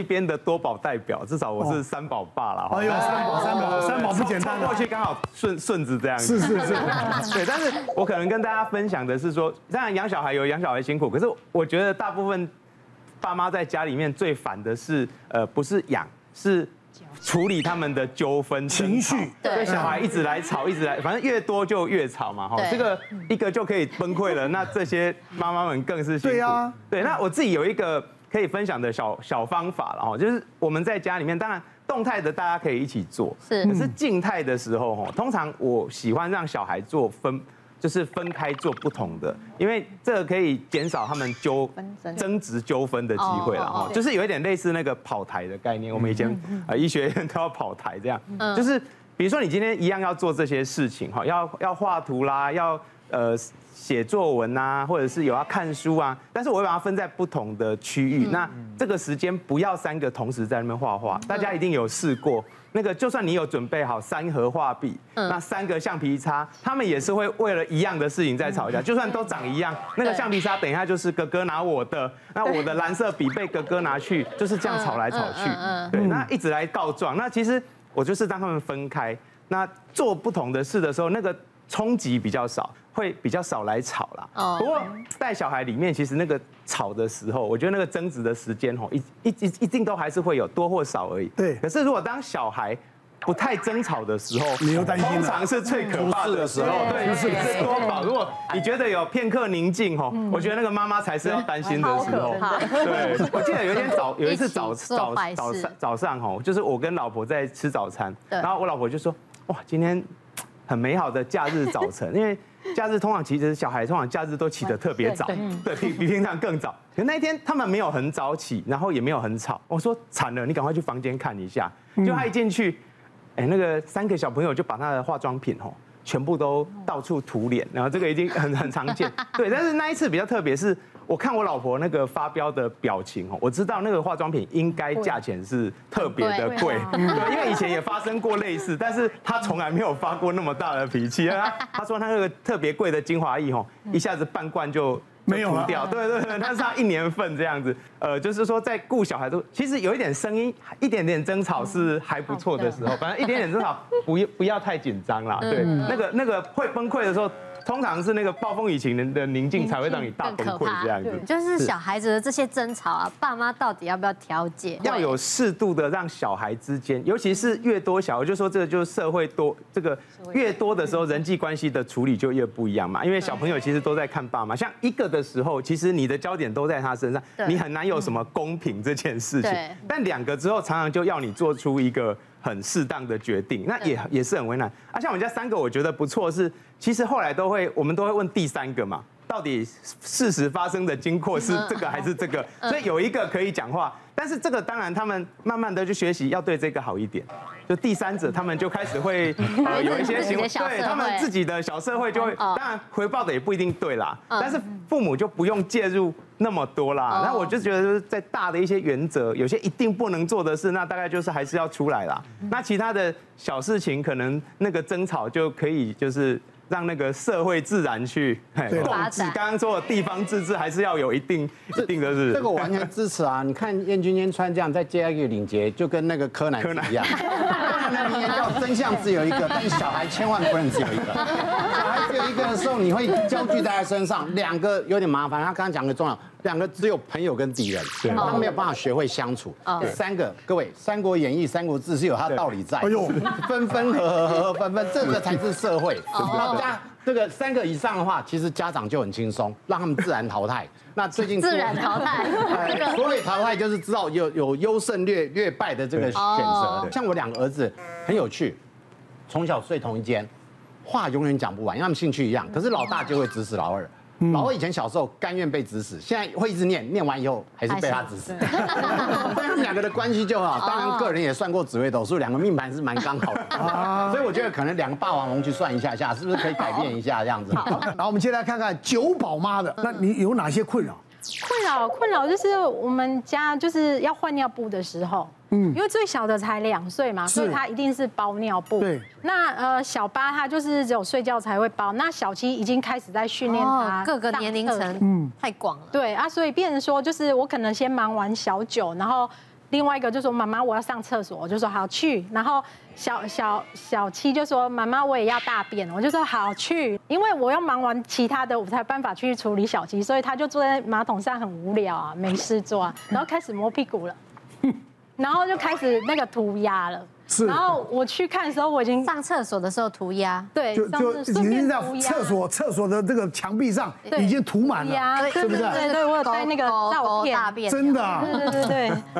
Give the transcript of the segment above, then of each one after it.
一边的多宝代表，至少我是三宝爸啦。哦呃哎呦，三宝三宝三宝不简单冲过了，去刚好顺顺子这样子 是。是 是，对，但是我可能跟大家分享的是说，当然养小孩有养小孩辛苦，可是我觉得大部分爸妈在家里面最烦的是，呃，不是养，是处理他们的纠纷、情绪争吵对对小孩一直来吵，一直来，反正越多就越吵嘛，哈对，这个一个就可以崩溃了，那这些妈妈们更是辛苦。对啊对，那我自己有一个可以分享的小小方法了哈，就是我们在家里面，当然动态的大家可以一起做，是可是静态的时候哈，通常我喜欢让小孩做分。就是分开做不同的，因为这个可以减少他们纠纷争争执纠纷的机会了哦哦哈哦。就是有一点类似那个跑台的概念，我们以前呃医学院都要跑台这样，嗯就是比如说你今天一样要做这些事情哈，要要画图啦，要呃写作文啊，或者是有要看书啊，但是我会把它分在不同的区域。嗯那这个时间不要三个同时在那边画画，大嗯家一定有试过。那个就算你有准备好三盒画笔，嗯那三个橡皮擦，他们也是会为了一样的事情在吵嗯架。就算都长一样，那个对橡皮擦等一下就是哥哥拿我的，那我的蓝色笔被哥哥拿去，就是这样吵来吵去嗯嗯嗯。对，那一直来告状。那其实我就是让他们分开，那做不同的事的时候，那个冲击比较少，会比较少来吵哦啦。不过带小孩里面，其实那个吵的时候，我觉得那个争执的时间吼，一一一一定都还是会有多或少而已。对可是如果当小孩不太争吵的时候，你又担心了通常是最可怕的时候。对，就是多宝。如果你觉得有片刻宁静吼，嗯我觉得那个妈妈才是要担心的时候。 好对，我记得有一天 早有一次早一起做早坏事早上早上哦，就是我跟老婆在吃早餐，对然后我老婆就说：“哇，今天很美好的假日早晨，因为假日通常其实小孩通常假日都起得特别早，对，比比平常更早。可那一天他们没有很早起，然后也没有很吵。我说惨了，你赶快去房间看一下。就他一进去，哎，那个三个小朋友就把他的化妆品哦，全部都到处涂脸，然后这个已经很很常见。对，但是那一次比较特别，是我看我老婆那个发飙的表情哦，我知道那个化妆品应该价钱是特别的贵，对，啊因为以前也发生过类似，但是她从来没有发过那么大的脾气。她她说她那个特别贵的精华液哦，一下子半罐就。没有啊就了涂掉，对对对，但是他一年份这样子， 呃，就是说在顾小孩都，其实有一点声音，一点点争吵是还不错的时候，反正一点点争吵，不要不要太紧张啦，对，那个那个会崩溃的时候，通常是那个暴风雨情的宁静才会让你大崩溃这样子，就是小孩子的这些争吵啊，爸妈到底要不要调解？要有适度的让小孩之间，尤其是越多小孩，我就说这个就是社会多这个越多的时候，人际关系的处理就越不一样嘛。因为小朋友其实都在看爸妈，像一个的时候，其实你的焦点都在他身上对，你很难有什么公平这件事情对。但两个之后，常常就要你做出一个很适当的决定，那也也是很为难。啊，像我们家三个，我觉得不错是，其实后来都会我们都会问第三个嘛。到底事实发生的经过嗯是这个还是这个？所以有一个可以讲话，但是这个当然他们慢慢的就学习要对这个好一点，就第三者他们就开始 会呃有一些行为，自己的小社会对他们自己的小社会就会，哦当然回报的也不一定对啦，嗯但是父母就不用介入那么多啦哦。那我就觉得就是在大的一些原则，有些一定不能做的事，那大概就是还是要出来啦。嗯那其他的小事情，可能那个争吵就可以就是。让那个社会自然去嘿对共发治展，刚刚说的地方自治还是要有一定一定的是这个我完全支持啊！你看燕君今天穿这样，再接一个领结，就跟那个柯南是一样。柯南名言叫真相只有一个，但小孩千万不能只有一个。小孩只有一个的时候，你会焦聚在他身上，两个有点麻烦。他刚刚讲的重要，两个只有朋友跟敌人，他没有办法学会相处哦。三个，各位，《三国演义》《三国志》是有它的道理在。哎呦哎呦，分分合合，合合分分，这个才是 社会。哦然后家这个三个以上的话，其实家长就很轻松，让他们自然淘汰。那最近自然淘 汰。 哎所以淘汰就是知道有有优胜劣劣败的这个选哦择。像我两个儿子很有趣，从小睡同一间，话永远讲不完，因为他们兴趣一样。可是老大就会指使老二。老二以前小时候甘愿被指使，现在会一直念，念完以后还是被他指 使。但他们两个的关系就很好，当然个人也算过紫微斗数，两个命盘是蛮刚 好的，所以我觉得可能两个霸王龙去算一下下，是不是可以改变一下这样子？然后我们接下来看看九宝妈的，那嗯你有哪些困扰？困扰困扰就是我们家就是要换尿布的时候，嗯，因为最小的才两岁嘛，是所以他一定是包尿布。对，那呃小八他就是只有睡觉才会包，那小七已经开始在训练他、哦，各个嗯年龄层，。太广了。对啊，所以变成说就是我可能先忙完小九，然后。另外一个就说妈妈我要上厕所，我就说好去。然后小小小七就说妈妈我也要大便，我就说好去，因为我要忙完其他的，我才有办法去处理小七，所以他就坐在马桶上很无聊啊，没事做啊，然后开始摸屁股了，然后就开始那个涂鸦了。是然后我去看的时候，我已经上厕所的时候涂鸦，对，就哎上就次已顺便经在涂鸦厕所厕所的这个墙壁上对已经涂满涂了，鸦对对啊不是对对对，我有带那个呃勾照勾片，大便，真的啊，对对对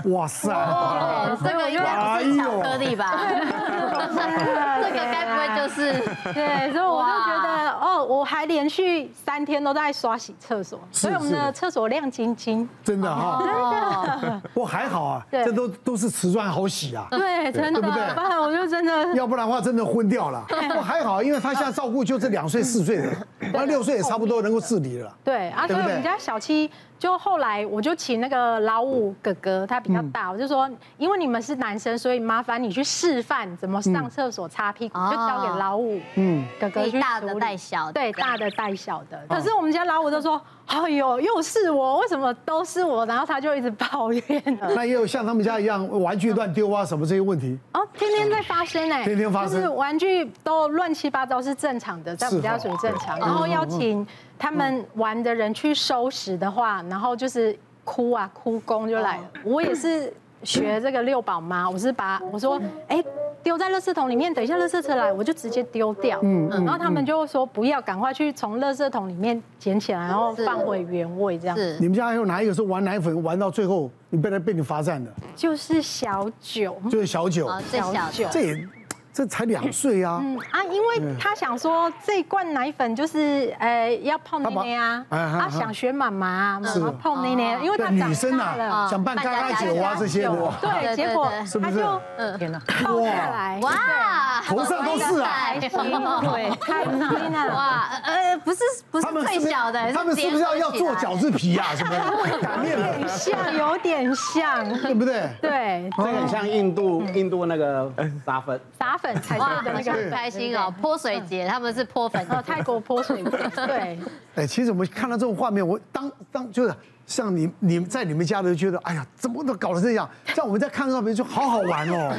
对，哇塞！对，这个应哎该不是巧克力 吧？这这个该不会 就是 对，所以我就觉哇得哦，我还连续三天都在刷洗厕所，所以我们是的厕所亮晶晶， 真的哈、哦， 不过还好啊，对这都都是瓷砖好洗啊，嗯对，真的，对不对不然我就真的要不然的话真的昏掉了。不过还好，因为他现在照顾就这两岁四岁的，嗯那六岁也差不多能够自理了。对啊，对所以不对我们家小七就后来我就请那个老五哥哥，他比较嗯大，我就说，因为你们是男生，所以麻烦你去示范怎么上厕所擦屁股，嗯就交给老五嗯，哦哥哥可去以大处的理带小的，对，大的带小的。可是我们家老五都说，哎呦，又是我，为什么都是我？然后他就一直抱怨了。那也有像他们家一样玩具乱丢啊什么这些问题，哦，天天在发生哎，天天发生就是玩具都乱七八糟是正常的，在我们家属于正常。然后邀请他们玩的人去收拾的话，然后就是哭啊，哭公就来了。我也是学这个六宝妈，我是把我说，哎，丢在垃圾桶里面，等一下垃圾车来，我就直接丢掉。嗯，然后他们就说不要，赶快去从垃圾桶里面捡起来，然后是放回原位这样。是你们家还有哪一个是玩奶粉玩到最后你被他被你罚站的？嗯就是小九，就是小九，哦，最小的，这也这才两岁啊，嗯啊，因为他想说这一罐奶粉就是呃要泡奶奶啊，他把啊啊啊啊想学妈妈啊，妈是妈泡奶奶，哦因为他对女生长大啊了，嗯想办嘎嘎酒啊这些的，哇对，结果对对是不他是就天哪，抱下来，哇，头上都是啊。开心， 对，开心啊，哇，呃，不是不是他们是最不是小的，他们是不是要要做脚？饺子皮啊什么的擀面有点的，像，有点像，对不对？对，这个很像印度印度那个沙芬，撒粉彩 色哇，的那好像很个，开心哦！泼水节他们是泼粉节，哦，泰国泼水节，对，哎，其实我们看到这种画面，我当当就是像你你在你们家都觉得，哎呀，怎么都搞成这样？像我们在看照片就好好玩哦。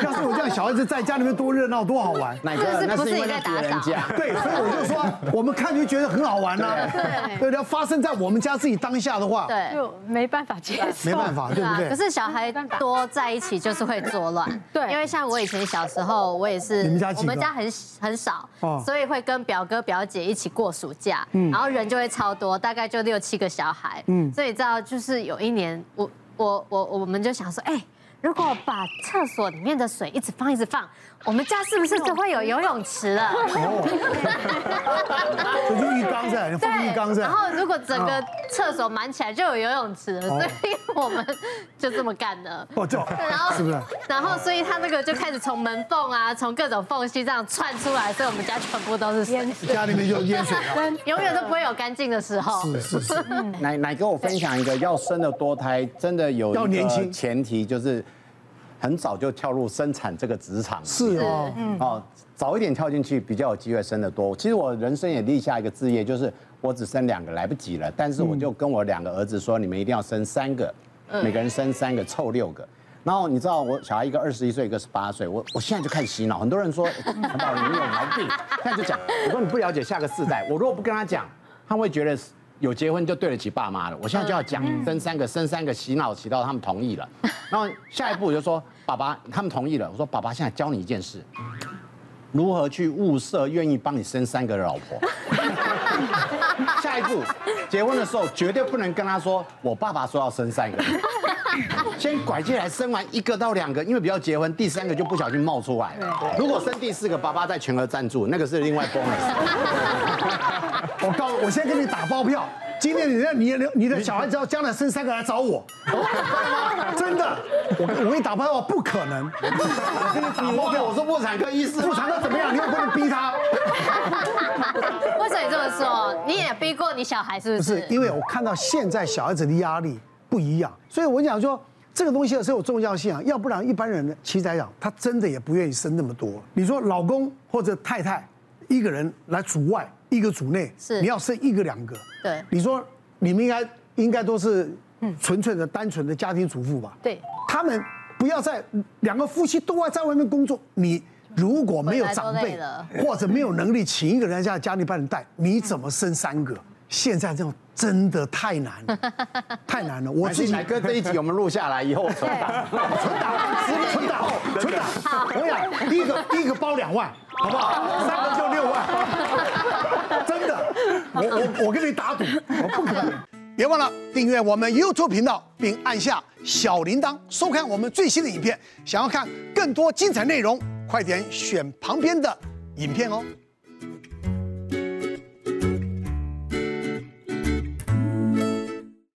要是我这样小孩子在家里面多热闹多好玩。那这个是那不是是因为你在那别打人扫家。 对，所以我就说，我们看就觉得很好玩呐、对，对要发生在我们家自己当下的话，对，就没办法接受，没办法，对不啊对？可是小孩多在一起就是会作乱。对因为像我以前小时候，我也是，你们家几个我们家很很少哦，嗯所以会跟表哥表姐一起过暑假，然后人就会超多，大概就六七个小孩。嗯，所以你知道，就是有一年，我我我我们就想说，哎。如果把厕所里面的水一直放一直放，我们家是不是就会有游泳池了？哦 这就浴缸在，放浴缸哦在然，后如果整个厕所满起来就有游泳池了，所以我们就这么干了。哦，就然后哦 是不是？然后所以他那个就开始从门缝啊，从各种缝隙这样窜出来，所以我们家全部都是水，家里面就淹水了， 永远都不会有干净的时候。是是是，奶奶给我分享一个，要生的多胎真的有要一年轻个前提，就是很早就跳入生产这个职场。是哦，哦，早一点跳进去比较有机会生得多。其实我人生也立下一个志业，就是我只生两个来不及了，但是我就跟我两个儿子说，你们一定要生三个，每个人生三个，凑六个。然后你知道我小孩一个二十一岁，一个十八岁，我我现在就开始洗脑，很多人说哎陈宝林你有毛病，现在就讲，我说你不了解下个世代，我如果不跟他讲，他会觉得有结婚就对得起爸妈了。我现在就要讲生三个，生三个洗脑洗到他们同意了，然后下一步我就说爸爸他们同意了，我说爸爸现在教你一件事，如何去物色愿意帮你生三个的老婆。下一步，结婚的时候绝对不能跟他说我爸爸说要生三个，先拐进来生完一个到两个，因为比较结婚，第三个就不小心冒出来了。如果生第四个，爸爸再全额赞助，那个是另外 bonus。我告，我先跟你打包票，今天你的你的你的小孩只要将来生三个来找我，哦真的，我跟我跟你打包票，不可能，我跟你打 你包忘了票，我是妇产科医师吗，妇产科怎么样？你又不能逼他，为什么你这么说？你也逼过你小孩是不不是？是，因为我看到现在小孩子的压力不一样，所以我想说。这个东西是有重要性啊，要不然一般人呢，其实来讲，他真的也不愿意生那么多。你说老公或者太太一个人来主外，一个主内，是你要生一个两个，对你说你们应该应该都是纯粹的单纯的家庭主妇吧？对，他他们不要在两个夫妻都要在外面工作，你如果没有长回来都累辈了 或者没有能力请一个人在家里帮你带，你怎么生三个？现在这种真的太难了，太难了。我我自是己奶哥这一集我们录下来以后，我存档，存档，十年存档，存档。我想一个一个包两万，好不好？三个就六万，真的。我我我跟你打赌，我不可能。别忘了订阅我们 YouTube 频道，并按下小铃铛，收看我们最新的影片。想要看更多精彩内容，快点选旁边的影片哦。